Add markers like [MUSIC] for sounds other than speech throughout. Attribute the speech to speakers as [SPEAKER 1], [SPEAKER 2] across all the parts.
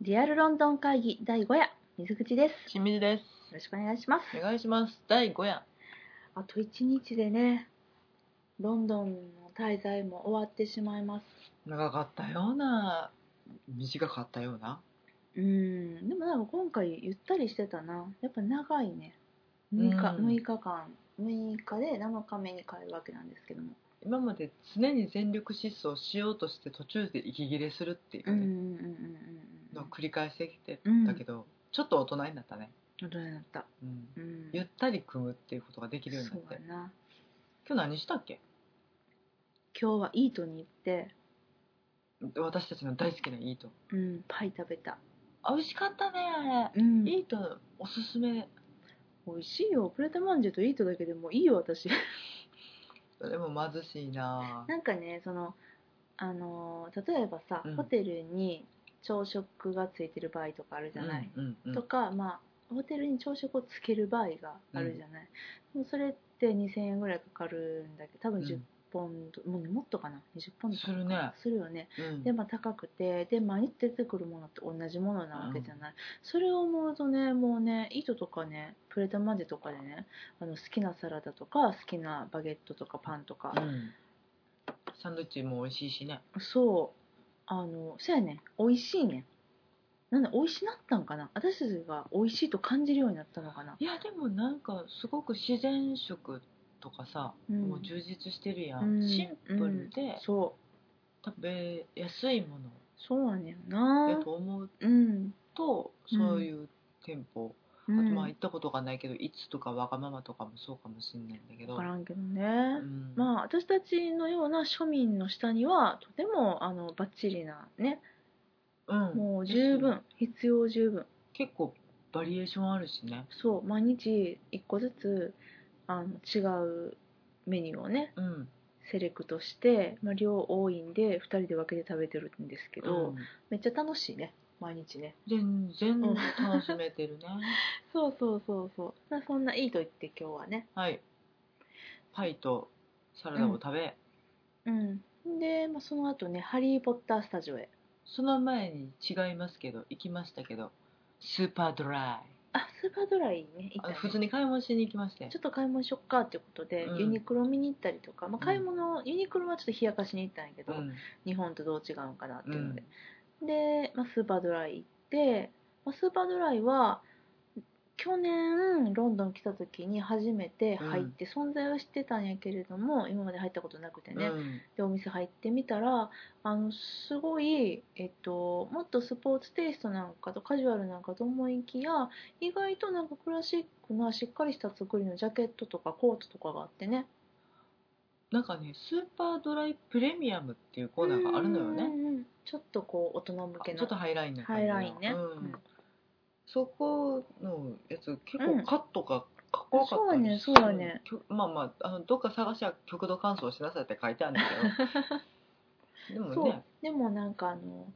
[SPEAKER 1] リアルロンドン会議第5夜、水口です。よ
[SPEAKER 2] 清水です。
[SPEAKER 1] ろしくお願いします。
[SPEAKER 2] お願いします。第5夜。
[SPEAKER 1] あと1日でね、ロンドンの滞在も終わってしまいます。
[SPEAKER 2] 長かったような、短かったような。
[SPEAKER 1] うーん、でもなんか今回ゆったりしてたな。やっぱ長いね。6日、
[SPEAKER 2] うん
[SPEAKER 1] 6日間。6日で7日目に帰るわけなんですけども。
[SPEAKER 2] 今まで常に全力疾走しようとして途中で息切れするっていう
[SPEAKER 1] うんうん
[SPEAKER 2] ね
[SPEAKER 1] うんうんうんう
[SPEAKER 2] のを
[SPEAKER 1] ん。
[SPEAKER 2] 繰り返してきて
[SPEAKER 1] うん
[SPEAKER 2] たけど、ちょっと大人になったね。
[SPEAKER 1] 大人になった。
[SPEAKER 2] うん
[SPEAKER 1] うん。
[SPEAKER 2] ゆったり組むっていうことができるように
[SPEAKER 1] そ
[SPEAKER 2] なっ
[SPEAKER 1] う
[SPEAKER 2] て
[SPEAKER 1] や。な。
[SPEAKER 2] 今日何したっけ
[SPEAKER 1] 今日はイートに行って、
[SPEAKER 2] 私たちの大好きなイート。
[SPEAKER 1] うん、パイ食べた。
[SPEAKER 2] あ、美味しかったね、あ
[SPEAKER 1] う
[SPEAKER 2] れ。
[SPEAKER 1] ん。
[SPEAKER 2] イートおすすめ。
[SPEAKER 1] 美味しいよ。プレタマンジェとイートだけでもういいよ、私。
[SPEAKER 2] でも貧しいな
[SPEAKER 1] なんかねそのあのー例えばさ、
[SPEAKER 2] うん
[SPEAKER 1] ホテルに朝食がついてる場合とかあるじゃない、
[SPEAKER 2] うんうんうん
[SPEAKER 1] とかまあホテルに朝食をつける場合があるじゃない、でもそれって2000円ぐらいかかるんだけど多分
[SPEAKER 2] うん
[SPEAKER 1] 10ポンド、もうもっとかな20ポンドとか
[SPEAKER 2] するね
[SPEAKER 1] するよね
[SPEAKER 2] うん
[SPEAKER 1] でまあ高くてで毎日出てくるものって同じものなわけじゃない、それを思うとねもうね糸とかねプレタマジェとかでねあの好きなサラダとか好きなバゲットとかパンとか、
[SPEAKER 2] うんサンドイッチも美味しいしね。
[SPEAKER 1] そうあのそうやねん美味しいねんなんで美味しなったんかな私たちが美味しいと感じるようになったのかない
[SPEAKER 2] やでもなんかすごく自然食とかさ、
[SPEAKER 1] うん
[SPEAKER 2] もう充実してるやん、
[SPEAKER 1] うん
[SPEAKER 2] シンプルで
[SPEAKER 1] そう
[SPEAKER 2] 食べやすいも
[SPEAKER 1] そうやねん
[SPEAKER 2] の
[SPEAKER 1] な
[SPEAKER 2] だと思う
[SPEAKER 1] うん
[SPEAKER 2] と、
[SPEAKER 1] うん
[SPEAKER 2] そういう店舗、
[SPEAKER 1] う
[SPEAKER 2] あとまあ
[SPEAKER 1] ん
[SPEAKER 2] 行ったことがないけどいつとかわがままとかもそうかもしれないんだけど
[SPEAKER 1] 分からんけどね、
[SPEAKER 2] うん
[SPEAKER 1] まあ私たちのような庶民の下にはとてもあのバッチリなね
[SPEAKER 2] うん
[SPEAKER 1] もう十分必要十分
[SPEAKER 2] 結構バリエーションあるしね
[SPEAKER 1] そう毎日一個ずつあの違うメニューをね
[SPEAKER 2] うん
[SPEAKER 1] セレクトして、まあ、量多いんで2人で分けて食べてるんですけど、
[SPEAKER 2] うん
[SPEAKER 1] めっちゃ楽しいね毎日ね
[SPEAKER 2] 全然
[SPEAKER 1] うん
[SPEAKER 2] 楽しめてるね
[SPEAKER 1] そうそうそうそうまあそんないいと言って今日はね
[SPEAKER 2] はいパイとサラダを食べ、
[SPEAKER 1] うんで、まあ、その後ね「ハリー・ポッター・スタジオへ」
[SPEAKER 2] その前に違いますけど行きましたけどスーパードライ
[SPEAKER 1] あスーパードライね行った
[SPEAKER 2] あの
[SPEAKER 1] ね
[SPEAKER 2] 普通に買い物しに行きまして
[SPEAKER 1] ちょっと買い物しよっかっていうことで、
[SPEAKER 2] うん
[SPEAKER 1] ユニクロ見に行ったりとか、まあ、買い
[SPEAKER 2] うん
[SPEAKER 1] 物、ユニクロはちょっと冷やかしに行ったんやけど、
[SPEAKER 2] うん
[SPEAKER 1] 日本とどう違うんかなって
[SPEAKER 2] う
[SPEAKER 1] いうの
[SPEAKER 2] ん
[SPEAKER 1] で、で、まあ、スーパードライ行って、まあ、スーパードライは去年ロンドン来た時に初めて入って、存在は知ってたんやけれども今まで入ったことなくてね、
[SPEAKER 2] うん
[SPEAKER 1] でお店入ってみたらあのすごい、えっと、もっとスポーツテイストなんかとカジュアルなんかと思いきや意外となんかクラシックなしっかりした作りのジャケットとかコートとかがあってね
[SPEAKER 2] なんかねスーパードライプレミアムっていうコーナーがあるのよ
[SPEAKER 1] う
[SPEAKER 2] ね
[SPEAKER 1] んうんうんちょっとこう大人向
[SPEAKER 2] あ
[SPEAKER 1] け
[SPEAKER 2] ちょ
[SPEAKER 1] の
[SPEAKER 2] っとハイラインな感
[SPEAKER 1] ハ
[SPEAKER 2] じ
[SPEAKER 1] イ
[SPEAKER 2] の
[SPEAKER 1] ラインね、
[SPEAKER 2] うん
[SPEAKER 1] うん
[SPEAKER 2] そこのやつ結
[SPEAKER 1] うん
[SPEAKER 2] 構カットがかっこよかったり
[SPEAKER 1] そうだねそうだね
[SPEAKER 2] きょまあまああのどっか探しは極度乾燥しなさいって書いてあるんだ
[SPEAKER 1] [LAUGHS]
[SPEAKER 2] けどでも
[SPEAKER 1] そ
[SPEAKER 2] ね
[SPEAKER 1] うでもなんかあの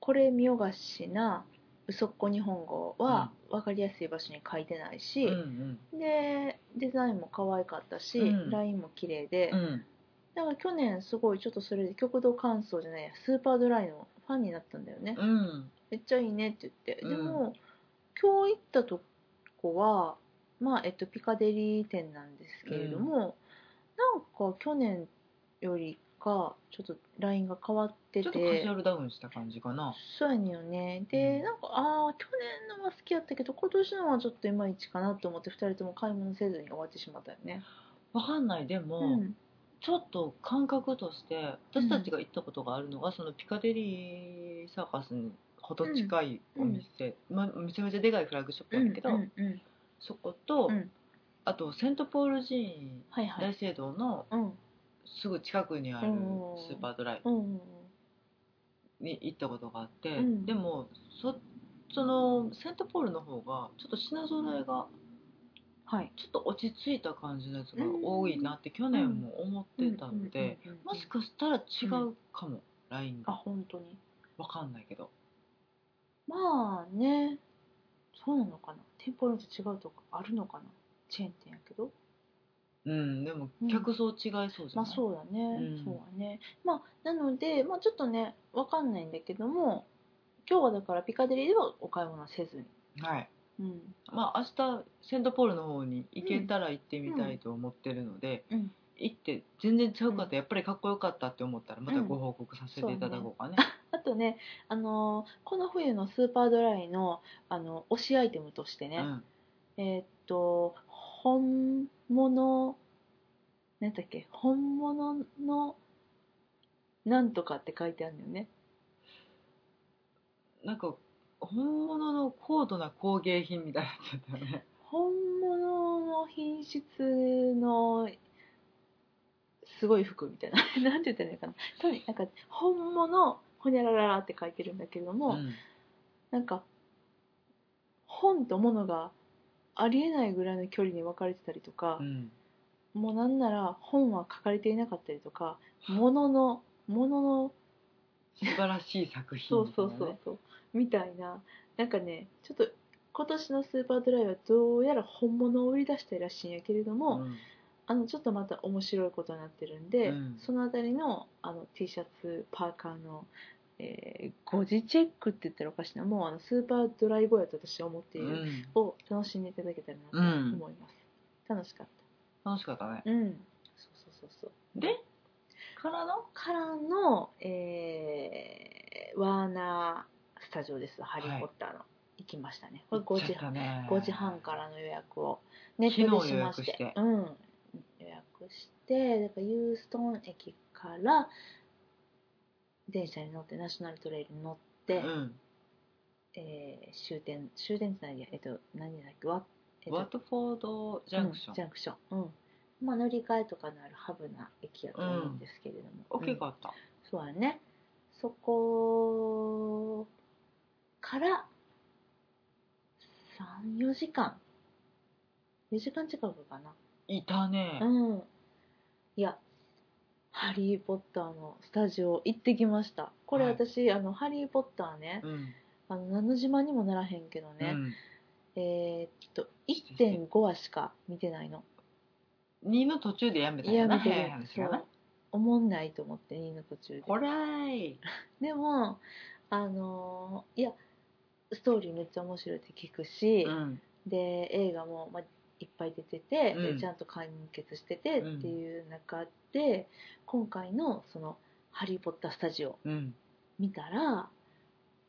[SPEAKER 1] これ見よがしな嘘っこ日本語は分かりやすい場所に書いてないし、
[SPEAKER 2] うん
[SPEAKER 1] でデザインも可愛かったし、
[SPEAKER 2] うん
[SPEAKER 1] ラインも綺麗で、
[SPEAKER 2] うんうん
[SPEAKER 1] だから去年すごいちょっとそれで極度乾燥じゃないやスーパードライのファンになったんだよね、
[SPEAKER 2] うん
[SPEAKER 1] めっちゃいいねって言って、
[SPEAKER 2] うん
[SPEAKER 1] でも今日行ったとこはまあえっとピカデリー店なんですけれども、なんか去年よりかちょっとラインが変わって
[SPEAKER 2] ちょっとカジ
[SPEAKER 1] て
[SPEAKER 2] ュアルダウンした感じかな
[SPEAKER 1] そうやねんよねで、
[SPEAKER 2] うん
[SPEAKER 1] なんかああ去年のは好きやったけど今年のはちょっといまいちかなと思って2人とも買い物せずに終わってしまったよね
[SPEAKER 2] わかんないでも、
[SPEAKER 1] うん
[SPEAKER 2] ちょっと感覚として私たちが行ったことがあるのが、そのピカデリーサーカスにほど近いお店、まめちゃめちゃでかいフラッグショップなんだけど、
[SPEAKER 1] うんうんうん
[SPEAKER 2] そこと、
[SPEAKER 1] うん
[SPEAKER 2] あとセントポール寺院
[SPEAKER 1] はいは
[SPEAKER 2] 大
[SPEAKER 1] い
[SPEAKER 2] 聖堂の
[SPEAKER 1] うん
[SPEAKER 2] すぐ近くにある
[SPEAKER 1] うん
[SPEAKER 2] スーパードライ
[SPEAKER 1] うんうん
[SPEAKER 2] に行ったことがあって、
[SPEAKER 1] うん
[SPEAKER 2] でもそそのセントポールの方がちょっと品揃えが
[SPEAKER 1] はい
[SPEAKER 2] ちょっと落ち着いた感じのやつが多いなって去年も思ってたので、
[SPEAKER 1] うんうんうんうん
[SPEAKER 2] もしかしたら違うかも、ライン
[SPEAKER 1] あ
[SPEAKER 2] が
[SPEAKER 1] 本当に
[SPEAKER 2] わかんないけど。
[SPEAKER 1] まあねそうなのかな店舗によって違うとかあるのかなチェーン店やけど
[SPEAKER 2] うん、でも
[SPEAKER 1] うん
[SPEAKER 2] 客層違いそうじゃない、
[SPEAKER 1] まあそうだね、
[SPEAKER 2] うん
[SPEAKER 1] そうだねまあなのでまあちょっとねわかんないんだけども今日はだからピカデリーではお買い物せずに、
[SPEAKER 2] はい
[SPEAKER 1] うん
[SPEAKER 2] まあ明日セントポールの方に行けたら行ってみたいと思ってるので、
[SPEAKER 1] うん、
[SPEAKER 2] 行って全然ちゃうかっ
[SPEAKER 1] うん
[SPEAKER 2] たやっぱりかっこよかったって思ったらまたご報告させていただこうかね、
[SPEAKER 1] あとね、あのーこの冬のスーパードライの、あの推しアイテムとしてね、えーっと本物何だっけ本物のなんとかって書いてあるんだよね
[SPEAKER 2] うん、なんか本物の高度な工芸品みたいになっちゃったよね
[SPEAKER 1] 本物の品質のすごい服みたいな [LAUGHS] なんて言ったらいいのかなとになんか本物ほにゃらららって書いてるんだけれども、
[SPEAKER 2] うん
[SPEAKER 1] なんか本と物がありえないぐらいの距離に分かれてたりとか
[SPEAKER 2] う、ん
[SPEAKER 1] もうなんなら本は書かれていなかったりとか物の物の
[SPEAKER 2] 素晴らしい作
[SPEAKER 1] そ
[SPEAKER 2] 品
[SPEAKER 1] うそうそうそうみたいななんかねちょっと今年のスーパードライはどうやら本物を売り出したいらしいんやけれども、
[SPEAKER 2] うん
[SPEAKER 1] あのちょっとまた面白いことになってるんで、
[SPEAKER 2] うん
[SPEAKER 1] そのあたりのあの T シャツパーカーの、えー、誤字チェックって言ったらおかしいなもうあのスーパードライ後やと私は思っている、
[SPEAKER 2] うん
[SPEAKER 1] を楽しんでいただけたらなと思います、楽しかっ
[SPEAKER 2] 楽しかったね
[SPEAKER 1] たうんそうそうそうそう
[SPEAKER 2] でからの
[SPEAKER 1] からの、えーワーナースタジオです「ハリー・ポッターの」行きましたねこれ5時半5時半からの予約をネットでしまして
[SPEAKER 2] 昨日予約して
[SPEAKER 1] うん、予約してだからユーストン駅から電車に乗ってナショナルトレイルに乗って、
[SPEAKER 2] うん
[SPEAKER 1] えー終点終点じゃないや、えっと、何だっけワ,、えっと
[SPEAKER 2] ワットフォードジャンクシ
[SPEAKER 1] うん
[SPEAKER 2] ョン
[SPEAKER 1] ジャンクション、うんまあ、乗り換えとかのあるハブな駅やと思うんですけれども、
[SPEAKER 2] 大
[SPEAKER 1] うん
[SPEAKER 2] きかった
[SPEAKER 1] そうやねそこから34時間4時間近くかな、
[SPEAKER 2] いたね
[SPEAKER 1] うんいや「ハリー・ポッター」のスタジオ行ってきましたこれ
[SPEAKER 2] はい
[SPEAKER 1] 私、あの「ハリー・ポッターね」
[SPEAKER 2] うん
[SPEAKER 1] あの何の自慢にもならへんけど
[SPEAKER 2] う
[SPEAKER 1] ね、
[SPEAKER 2] ん
[SPEAKER 1] えーっと1.5話しか見てないの
[SPEAKER 2] 2の途中でやめた
[SPEAKER 1] い
[SPEAKER 2] ん
[SPEAKER 1] や
[SPEAKER 2] やな
[SPEAKER 1] 見て
[SPEAKER 2] 早い
[SPEAKER 1] る
[SPEAKER 2] 話
[SPEAKER 1] そ
[SPEAKER 2] が
[SPEAKER 1] う
[SPEAKER 2] な
[SPEAKER 1] 思んないと思っていいの途中で
[SPEAKER 2] こらーい
[SPEAKER 1] でもあのーいやストーリーめっちゃ面白いって聞くし、
[SPEAKER 2] ん
[SPEAKER 1] で映画も、まあ、いっぱい出てて、
[SPEAKER 2] うん
[SPEAKER 1] でちゃんと完結しててっ
[SPEAKER 2] うん
[SPEAKER 1] ていう中で、今回のその「ハリー・ポッター・スタジオ
[SPEAKER 2] うん」
[SPEAKER 1] 見たら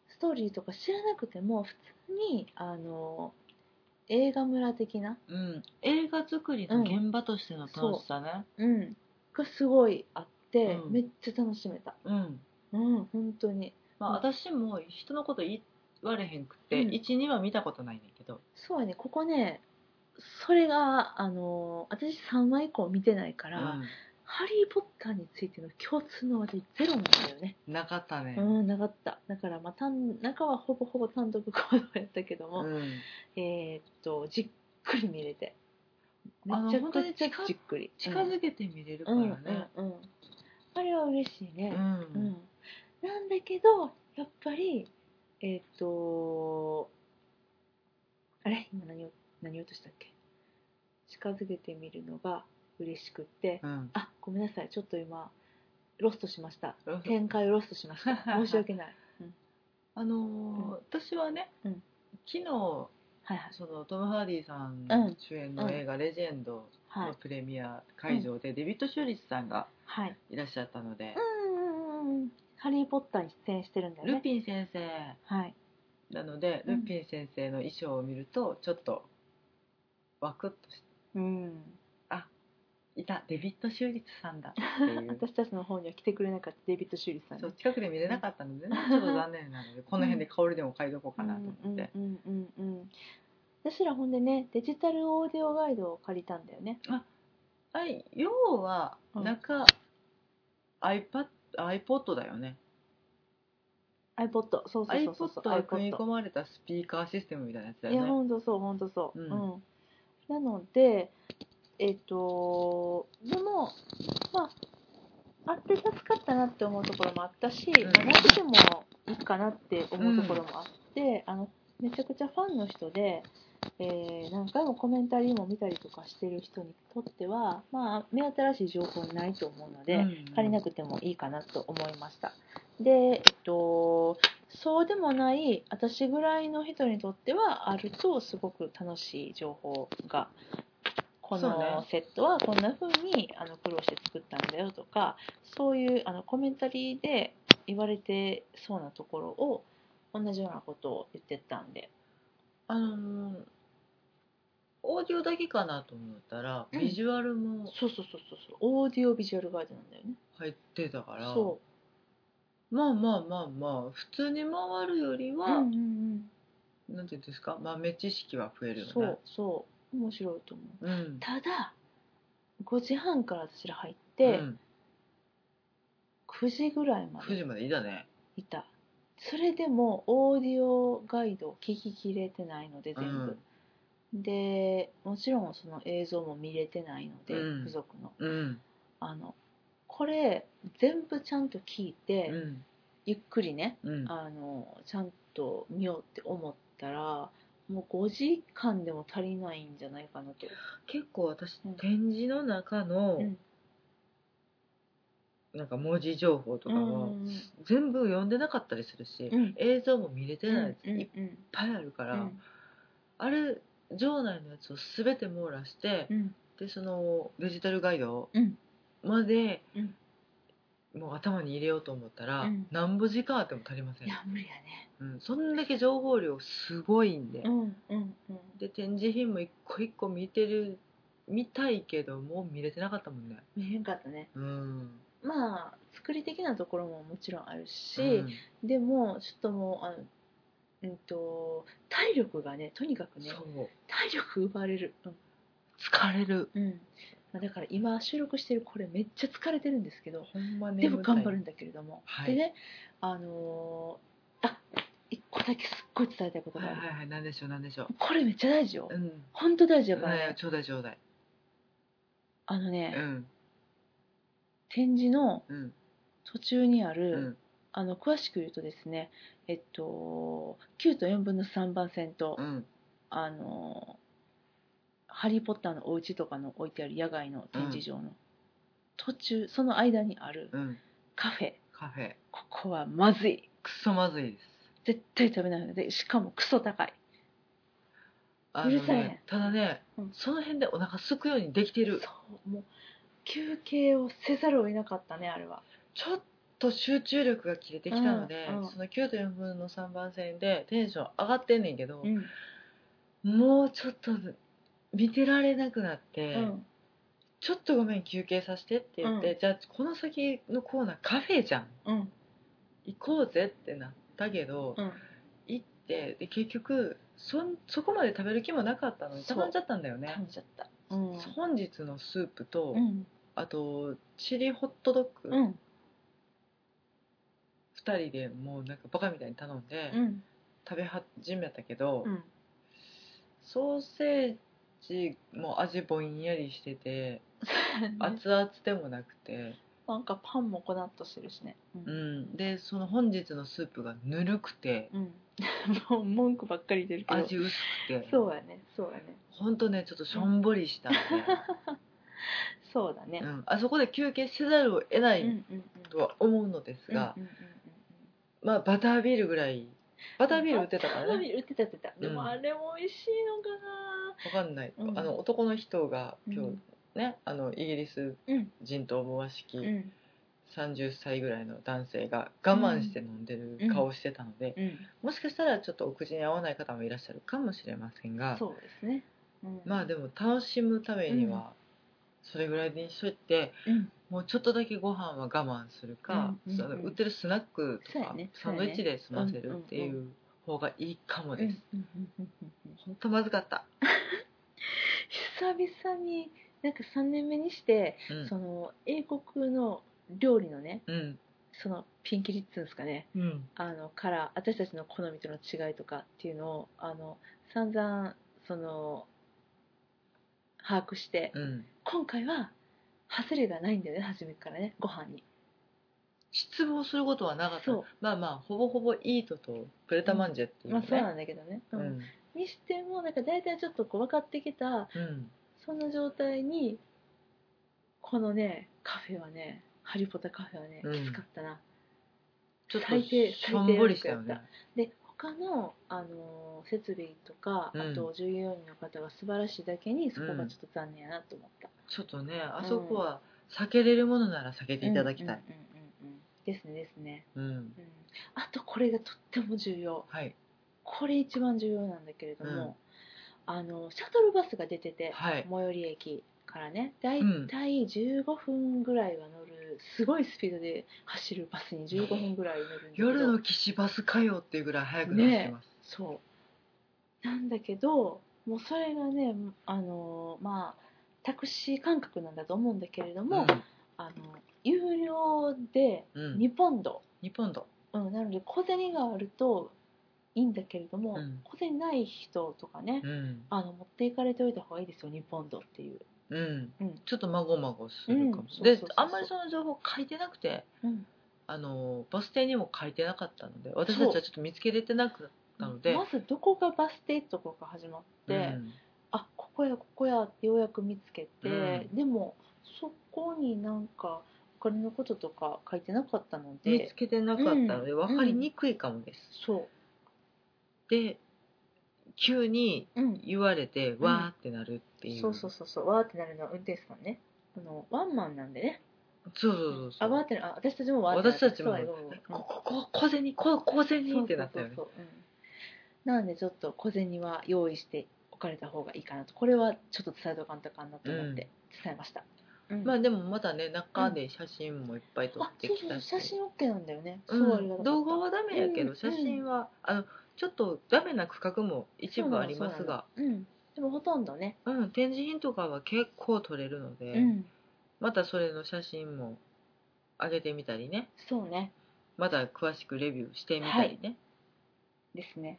[SPEAKER 1] ストーリーとか知らなくても普通にあのー映画村的な、
[SPEAKER 2] うん映画作りの現場としての楽しさね
[SPEAKER 1] うん、がすごいあって、
[SPEAKER 2] うん
[SPEAKER 1] めっちゃ楽しめた。
[SPEAKER 2] うん
[SPEAKER 1] うん、本当に
[SPEAKER 2] まあ
[SPEAKER 1] うん
[SPEAKER 2] 私も人のこと言われへんくて
[SPEAKER 1] うん
[SPEAKER 2] 12は見たことないねんだけど
[SPEAKER 1] そうやねここねそれがあの私3話以降見てないか
[SPEAKER 2] う
[SPEAKER 1] ら、
[SPEAKER 2] ん
[SPEAKER 1] ハリー・ポッターについての共通の話題ゼロなんだよね
[SPEAKER 2] なかったね
[SPEAKER 1] うんなかっただからまあ単中はほぼほぼ単独行動やったけども、
[SPEAKER 2] うん
[SPEAKER 1] えーっとじっくり見れてめ
[SPEAKER 2] あの
[SPEAKER 1] ちゃくちゃ
[SPEAKER 2] 本当に
[SPEAKER 1] じっくり
[SPEAKER 2] 近づけて見れるか
[SPEAKER 1] う
[SPEAKER 2] ら
[SPEAKER 1] んうん
[SPEAKER 2] ね
[SPEAKER 1] うんうんあれは嬉しいうね、うんん、なんだけどやっぱりえーっ、とあれ今何を何を言おうとしたっけ近づけてみるのが嬉しくって
[SPEAKER 2] うん
[SPEAKER 1] あごめんなさいちょっと今ロストしました
[SPEAKER 2] うん
[SPEAKER 1] 展開をロストしました申し訳ない
[SPEAKER 2] あのー私はね
[SPEAKER 1] うん
[SPEAKER 2] 昨日
[SPEAKER 1] はいはい
[SPEAKER 2] そのトム・ハーディさん
[SPEAKER 1] うん
[SPEAKER 2] 主演の映画「レジェンド」
[SPEAKER 1] は
[SPEAKER 2] の
[SPEAKER 1] い
[SPEAKER 2] プレミア会場でデビッド・シュリスさんが
[SPEAKER 1] はい
[SPEAKER 2] いらっしゃったので
[SPEAKER 1] うんうんうんうんハリー・ポッターに出演してるんだよ
[SPEAKER 2] ル
[SPEAKER 1] ね
[SPEAKER 2] ピン先生
[SPEAKER 1] はい
[SPEAKER 2] なので
[SPEAKER 1] う
[SPEAKER 2] ル
[SPEAKER 1] ん
[SPEAKER 2] ピン先生の衣装を見るとちょっとワクッとし
[SPEAKER 1] うん
[SPEAKER 2] いたデビッド・シュリスさんだって
[SPEAKER 1] [LAUGHS]
[SPEAKER 2] いう
[SPEAKER 1] 私たちの方には来てくれなかったデイビッド・シューリスさんね
[SPEAKER 2] そう近くで見れなかったのでねちょっと残念なのでこの辺で香りでも嗅いどこうかなと思って
[SPEAKER 1] うんうんうんうんうん私らほんでねデジタルオーディオガイドを借りたんだよね
[SPEAKER 2] はい要は
[SPEAKER 1] うん
[SPEAKER 2] 中 iPad iPod だよね
[SPEAKER 1] iPod そうそうそうそう
[SPEAKER 2] iPod に組み込
[SPEAKER 1] iPod
[SPEAKER 2] まれたスピーカーシステムみたいなやつだ
[SPEAKER 1] いや
[SPEAKER 2] よね
[SPEAKER 1] ほんとそうほんとそう
[SPEAKER 2] う
[SPEAKER 1] うんん、なのでえっ、とでもまああって助かったなって思うところもあったし、
[SPEAKER 2] ん
[SPEAKER 1] まあなくてもいいかなって思うところもあって、あのめちゃくちゃファンの人で、えー何回もコメンタリーも見たりとかしてる人にとっては、まあ、目新しい情報ないと思うので、
[SPEAKER 2] うん
[SPEAKER 1] 借りなくてもいいかなと思いました。で、えっと、そうでもない私ぐらいの人にとってはあるとすごく楽しい情報がこ
[SPEAKER 2] そうね
[SPEAKER 1] のセットはこんな風にあの苦労して作ったんだよとかそういうあのコメンタリーで言われてそうなところを同じようなことを言ってたんで
[SPEAKER 2] あのーオーディオだけかなと思ったら、
[SPEAKER 1] うん
[SPEAKER 2] ビジュアルも
[SPEAKER 1] そうそうそうそうそうオーディオビジュアルガイドなんだよね
[SPEAKER 2] 入ってたから
[SPEAKER 1] そ
[SPEAKER 2] まあまあまあまあ普通に回るより
[SPEAKER 1] う、
[SPEAKER 2] は、
[SPEAKER 1] うんうん
[SPEAKER 2] なんていうんですか豆知識は増え
[SPEAKER 1] う
[SPEAKER 2] る
[SPEAKER 1] ん
[SPEAKER 2] よね
[SPEAKER 1] そうそう面白いと思う
[SPEAKER 2] うん、
[SPEAKER 1] ただ5時半から私ら入って、
[SPEAKER 2] うん、
[SPEAKER 1] 9時ぐらいま
[SPEAKER 2] 9
[SPEAKER 1] で
[SPEAKER 2] 時までいたね
[SPEAKER 1] いたそれでもオーディオガイドを聞ききれてないので全部、でもちろんその映像も見れてないので、
[SPEAKER 2] うん
[SPEAKER 1] 付属の
[SPEAKER 2] うん
[SPEAKER 1] あのこれ全部ちゃんと聞いて、
[SPEAKER 2] うん
[SPEAKER 1] ゆっくりね
[SPEAKER 2] うん
[SPEAKER 1] あのちゃんと見ようって思ったらもう5時間でも足りないんじゃないかなと、
[SPEAKER 2] 結構私、
[SPEAKER 1] うん
[SPEAKER 2] 展示の中の、
[SPEAKER 1] うん
[SPEAKER 2] なんか文字情報とか
[SPEAKER 1] う
[SPEAKER 2] も
[SPEAKER 1] ん
[SPEAKER 2] 全部読んでなかったりするし、
[SPEAKER 1] うん
[SPEAKER 2] 映像も見れてないやつ
[SPEAKER 1] うん
[SPEAKER 2] いっ
[SPEAKER 1] うん
[SPEAKER 2] ぱいあるか
[SPEAKER 1] う
[SPEAKER 2] ら、
[SPEAKER 1] ん
[SPEAKER 2] あれ場内のやつを全て網羅して、
[SPEAKER 1] うん
[SPEAKER 2] でそのデジタルガイド
[SPEAKER 1] うん
[SPEAKER 2] まで、
[SPEAKER 1] うん
[SPEAKER 2] もう頭に入れようと思ったら、
[SPEAKER 1] うん
[SPEAKER 2] なんぼ時間あっても足りません
[SPEAKER 1] いや無理やね
[SPEAKER 2] うん、そんだけ情報量すごいんで、
[SPEAKER 1] うんうんうん
[SPEAKER 2] で展示品も一個一個見てる見たいけどもう見れてなかったもんね
[SPEAKER 1] 見えんかったね
[SPEAKER 2] うん
[SPEAKER 1] まあ作り的なところももちろんある
[SPEAKER 2] う
[SPEAKER 1] し、
[SPEAKER 2] ん
[SPEAKER 1] でもちょっともうあのうんと体力がねとにかくね
[SPEAKER 2] そう
[SPEAKER 1] 体力奪われる、うん
[SPEAKER 2] 疲れる
[SPEAKER 1] うんまあだから今収録してるこれめっちゃ疲れてるんですけど
[SPEAKER 2] ほんまね
[SPEAKER 1] でも頑張るんだけれども、
[SPEAKER 2] はい
[SPEAKER 1] でねあのーあ一個だけすっごい伝えたいこと
[SPEAKER 2] はい
[SPEAKER 1] があ
[SPEAKER 2] は
[SPEAKER 1] る、
[SPEAKER 2] いはい何でしょう何でしょ
[SPEAKER 1] これめっちゃ大事よ
[SPEAKER 2] ううん
[SPEAKER 1] 本当大事
[SPEAKER 2] ち
[SPEAKER 1] だからね、
[SPEAKER 2] ょうだいちょうだい
[SPEAKER 1] あの
[SPEAKER 2] う
[SPEAKER 1] ね、
[SPEAKER 2] ん
[SPEAKER 1] 展示の
[SPEAKER 2] うん
[SPEAKER 1] 途中にあ
[SPEAKER 2] う
[SPEAKER 1] る、
[SPEAKER 2] ん
[SPEAKER 1] あの詳しく言うとですね、えっと、9と4分の3番線と、
[SPEAKER 2] うん
[SPEAKER 1] あのハリー・ポッターのお家とかの置いてある野外の展示場の、途中その間にある
[SPEAKER 2] うん
[SPEAKER 1] カフェ
[SPEAKER 2] カフェ
[SPEAKER 1] ここはまずい
[SPEAKER 2] くそまずいです
[SPEAKER 1] 絶対食べないのでしかもクソ高い
[SPEAKER 2] あの
[SPEAKER 1] うるさいね
[SPEAKER 2] ねただね、
[SPEAKER 1] うん
[SPEAKER 2] その辺でお腹すくようにできてる
[SPEAKER 1] そうもう休憩をせざるを得なかったねあれは
[SPEAKER 2] ちょっと集中力が切れてきたので、
[SPEAKER 1] うんうん
[SPEAKER 2] その9と4分の3番線でテンション上がってんねんけど、
[SPEAKER 1] うん、
[SPEAKER 2] もうちょっと見てられなくなって、
[SPEAKER 1] うん
[SPEAKER 2] ちょっとごめん休憩させてって言って、
[SPEAKER 1] う
[SPEAKER 2] じゃあこの先のコーナーカフェじゃん
[SPEAKER 1] うん
[SPEAKER 2] 行こうぜってなったけど、
[SPEAKER 1] うん
[SPEAKER 2] 行ってで結局そんそこまで食べる気もなかったのに
[SPEAKER 1] そう
[SPEAKER 2] 頼んじゃったんだよね
[SPEAKER 1] 食べちゃったうん
[SPEAKER 2] 本日のスープと、
[SPEAKER 1] うん
[SPEAKER 2] あとチリホットドッグ、
[SPEAKER 1] うん
[SPEAKER 2] 2人でもうなんかバカみたいに頼んで、
[SPEAKER 1] うん
[SPEAKER 2] 食べ始めたけど、
[SPEAKER 1] うん
[SPEAKER 2] ソーセージも味ぼんやりしてて、熱々でもなくて、
[SPEAKER 1] [LAUGHS] なんかパンも粉っとしてるしねうん
[SPEAKER 2] うん、でその本日のスープがぬるくて
[SPEAKER 1] うん、 [LAUGHS] もう文句ばっかり出るけど
[SPEAKER 2] 味薄くて
[SPEAKER 1] そうやねそうやね
[SPEAKER 2] ほんとねちょっとしょんぼりしたんで、
[SPEAKER 1] そうだね
[SPEAKER 2] う、ん、あそこで休憩せざるを得な
[SPEAKER 1] うんうん
[SPEAKER 2] い
[SPEAKER 1] うん
[SPEAKER 2] とは思うのですが、
[SPEAKER 1] うんうんうんうん
[SPEAKER 2] まあバタービールぐらいバタービール売ってたか
[SPEAKER 1] バ
[SPEAKER 2] ら
[SPEAKER 1] タービ
[SPEAKER 2] ね
[SPEAKER 1] ール売ってた売ってたでも
[SPEAKER 2] うん
[SPEAKER 1] あれも美味しいのかな
[SPEAKER 2] わかんない、
[SPEAKER 1] うん
[SPEAKER 2] あの男の人が今
[SPEAKER 1] う
[SPEAKER 2] 日
[SPEAKER 1] ん
[SPEAKER 2] ね、あのイギリス
[SPEAKER 1] うん
[SPEAKER 2] 人と思わしき、
[SPEAKER 1] うん
[SPEAKER 2] 30歳ぐらいの男性が我慢して飲んでる顔してたので、
[SPEAKER 1] うん
[SPEAKER 2] もしかしたらちょっとお口に合わない方もいらっしゃるかもしれませんが
[SPEAKER 1] そうですね、うん、
[SPEAKER 2] まあでも楽しむためにはそれぐらいにしといて、
[SPEAKER 1] うん
[SPEAKER 2] もうちょっとだけご飯は我慢するか、
[SPEAKER 1] うんうんうん
[SPEAKER 2] その売ってるスナックと
[SPEAKER 1] そうや
[SPEAKER 2] か、
[SPEAKER 1] ね
[SPEAKER 2] サンドイッチで済ませるって
[SPEAKER 1] ん
[SPEAKER 2] いうう方がいいかも
[SPEAKER 1] うんう
[SPEAKER 2] です。
[SPEAKER 1] んうんうんうん
[SPEAKER 2] 本当まずかった、
[SPEAKER 1] 久々になんか3年目にして、
[SPEAKER 2] うん
[SPEAKER 1] その英国の料理のね
[SPEAKER 2] うん
[SPEAKER 1] そのピンキリっつうんですかね
[SPEAKER 2] うん
[SPEAKER 1] あのから私たちの好みとの違いとかっていうのをあの散々その把握して、
[SPEAKER 2] うん、
[SPEAKER 1] 今回は外れがないんだよね初めからねご飯に
[SPEAKER 2] 失望することはなかった
[SPEAKER 1] そう
[SPEAKER 2] まあまあほぼほぼイートとプレタマンジェっていう
[SPEAKER 1] まあ
[SPEAKER 2] ね、
[SPEAKER 1] そうなんだけどね、うん
[SPEAKER 2] うん
[SPEAKER 1] にしてもなんか大体ちょっとこう分かってきた
[SPEAKER 2] うん
[SPEAKER 1] そんな状態にこのねカフェはねハリポタカフェはね
[SPEAKER 2] うん
[SPEAKER 1] きつかったな、
[SPEAKER 2] ちょっ
[SPEAKER 1] 最低
[SPEAKER 2] としょんぼりしたよ
[SPEAKER 1] 最低
[SPEAKER 2] ね
[SPEAKER 1] なで他の、あのー設備とか、
[SPEAKER 2] うん
[SPEAKER 1] あと従業員の方が素晴らしいだけにそこがちょっと残念やなと思った、
[SPEAKER 2] ちょっとねあそこは避けれるものなら避けていただきたい、
[SPEAKER 1] うんうんうんうんですねですね、
[SPEAKER 2] うん
[SPEAKER 1] うん、あとこれがとっても重要
[SPEAKER 2] はい
[SPEAKER 1] これ一番重要なんだけれども、あのシャトルバスが出てて、
[SPEAKER 2] はい
[SPEAKER 1] 最寄り駅からねだい
[SPEAKER 2] うん
[SPEAKER 1] たい15分ぐらいは乗るすごいスピードで走るバスに15分ぐらい乗るんだけど
[SPEAKER 2] 夜の岸バスかよっていうぐらい早く出してます、
[SPEAKER 1] そうなんだけどもうそれがねあのまあタクシー感覚なんだと思うんだけれども、あの有料で
[SPEAKER 2] うん、うん、
[SPEAKER 1] 2ポンド、
[SPEAKER 2] 2ポンド
[SPEAKER 1] うん、なので小銭があるといいんだけれども、
[SPEAKER 2] うん
[SPEAKER 1] 小銭ない人とかね、
[SPEAKER 2] うん、
[SPEAKER 1] あの持っていかれておいた方がいいですよ2ポンドっていう、
[SPEAKER 2] うん
[SPEAKER 1] うん
[SPEAKER 2] ちょっとまごまごするかも、
[SPEAKER 1] うんそうそう
[SPEAKER 2] で
[SPEAKER 1] そうそう
[SPEAKER 2] あんまりその情報書いてなくて
[SPEAKER 1] うん
[SPEAKER 2] あのバス停にも書いてなかったので私たちはちょっと見つけれてなかったので
[SPEAKER 1] まずどこがバス停とこから始まって、
[SPEAKER 2] うん
[SPEAKER 1] あここやここやってようやく見つけて、
[SPEAKER 2] う
[SPEAKER 1] でもそこになんかお金のこととか書いてなかったの
[SPEAKER 2] 見
[SPEAKER 1] で
[SPEAKER 2] つけてなかったので
[SPEAKER 1] うん
[SPEAKER 2] 分かりにくいかもです、
[SPEAKER 1] そ
[SPEAKER 2] で急に
[SPEAKER 1] う、うん、
[SPEAKER 2] 言われて
[SPEAKER 1] ん
[SPEAKER 2] わーってなるっていう、
[SPEAKER 1] そうそうそうそうわーってなるのは運転手さんねあのワンマンなんでね
[SPEAKER 2] そうそうそうそう
[SPEAKER 1] あわーってなあ私たちもわーってなる
[SPEAKER 2] 私たちも
[SPEAKER 1] そう
[SPEAKER 2] ね
[SPEAKER 1] そうそううん
[SPEAKER 2] こここ小銭こ小銭ってなったよね
[SPEAKER 1] そうそうそうそううんなんでちょっと小銭は用意しておかれた方がいいかなとこれはちょっと伝えとかんとあかんなと思って伝えました、うん
[SPEAKER 2] まあでもまだね中で写真もいっぱい撮
[SPEAKER 1] あ
[SPEAKER 2] って
[SPEAKER 1] そう
[SPEAKER 2] き
[SPEAKER 1] そう
[SPEAKER 2] たし、
[SPEAKER 1] 写真 OK なんだよね、
[SPEAKER 2] う
[SPEAKER 1] すごいありがたかった
[SPEAKER 2] ん、動画はダメやけ
[SPEAKER 1] う
[SPEAKER 2] ど
[SPEAKER 1] ん
[SPEAKER 2] 写真は、あのちょっとダメな区画も一部ありますが
[SPEAKER 1] そうなのそうなのうんでもほとんどね、
[SPEAKER 2] う、ん、展示品とかは結構撮れるので、
[SPEAKER 1] うん
[SPEAKER 2] またそれの写真も上げてみたりね
[SPEAKER 1] そうね
[SPEAKER 2] また詳しくレビューしてみたりね、
[SPEAKER 1] ですね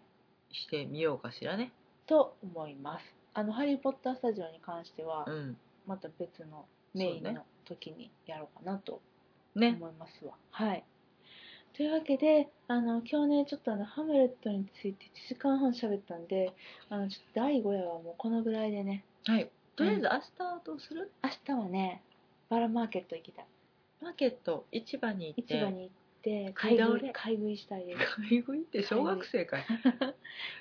[SPEAKER 2] してみようかしらね
[SPEAKER 1] と思いますあの「ハリー・ポッター・スタジオ」に関しては、
[SPEAKER 2] うん
[SPEAKER 1] また別のメイン
[SPEAKER 2] そうね
[SPEAKER 1] の時にやろうかなと
[SPEAKER 2] ね
[SPEAKER 1] 思いますわ、はいというわけであの今日ねちょっとあのハムレットについて1時間半喋ったんであのちょっと第5夜はもうこのぐらいでね
[SPEAKER 2] はいとりあえず明日どうする、
[SPEAKER 1] 明日はねバラマーケット行きたい
[SPEAKER 2] マーケット市場に行って
[SPEAKER 1] 市場に行って
[SPEAKER 2] 食い
[SPEAKER 1] 買い
[SPEAKER 2] 倒
[SPEAKER 1] 食
[SPEAKER 2] れ
[SPEAKER 1] い買い食いしたいです
[SPEAKER 2] 買い食いって小学生かい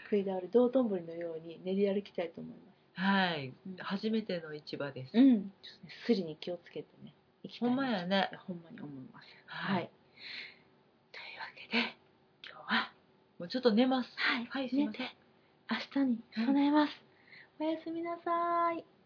[SPEAKER 1] 食い倒れ道頓堀のように練り歩きたいと思います
[SPEAKER 2] はい
[SPEAKER 1] うん
[SPEAKER 2] 初めての市場です、
[SPEAKER 1] うん、ちょっとね、スリに気をつけてね、行きた
[SPEAKER 2] ほ
[SPEAKER 1] い
[SPEAKER 2] ん
[SPEAKER 1] な
[SPEAKER 2] まやね
[SPEAKER 1] ほんまに思います。
[SPEAKER 2] はい
[SPEAKER 1] はい。というわけで、今日は、
[SPEAKER 2] もうちょっと寝ます
[SPEAKER 1] はい、
[SPEAKER 2] はいすい
[SPEAKER 1] 寝
[SPEAKER 2] ません
[SPEAKER 1] て、明日に備えます。おやすみなさい。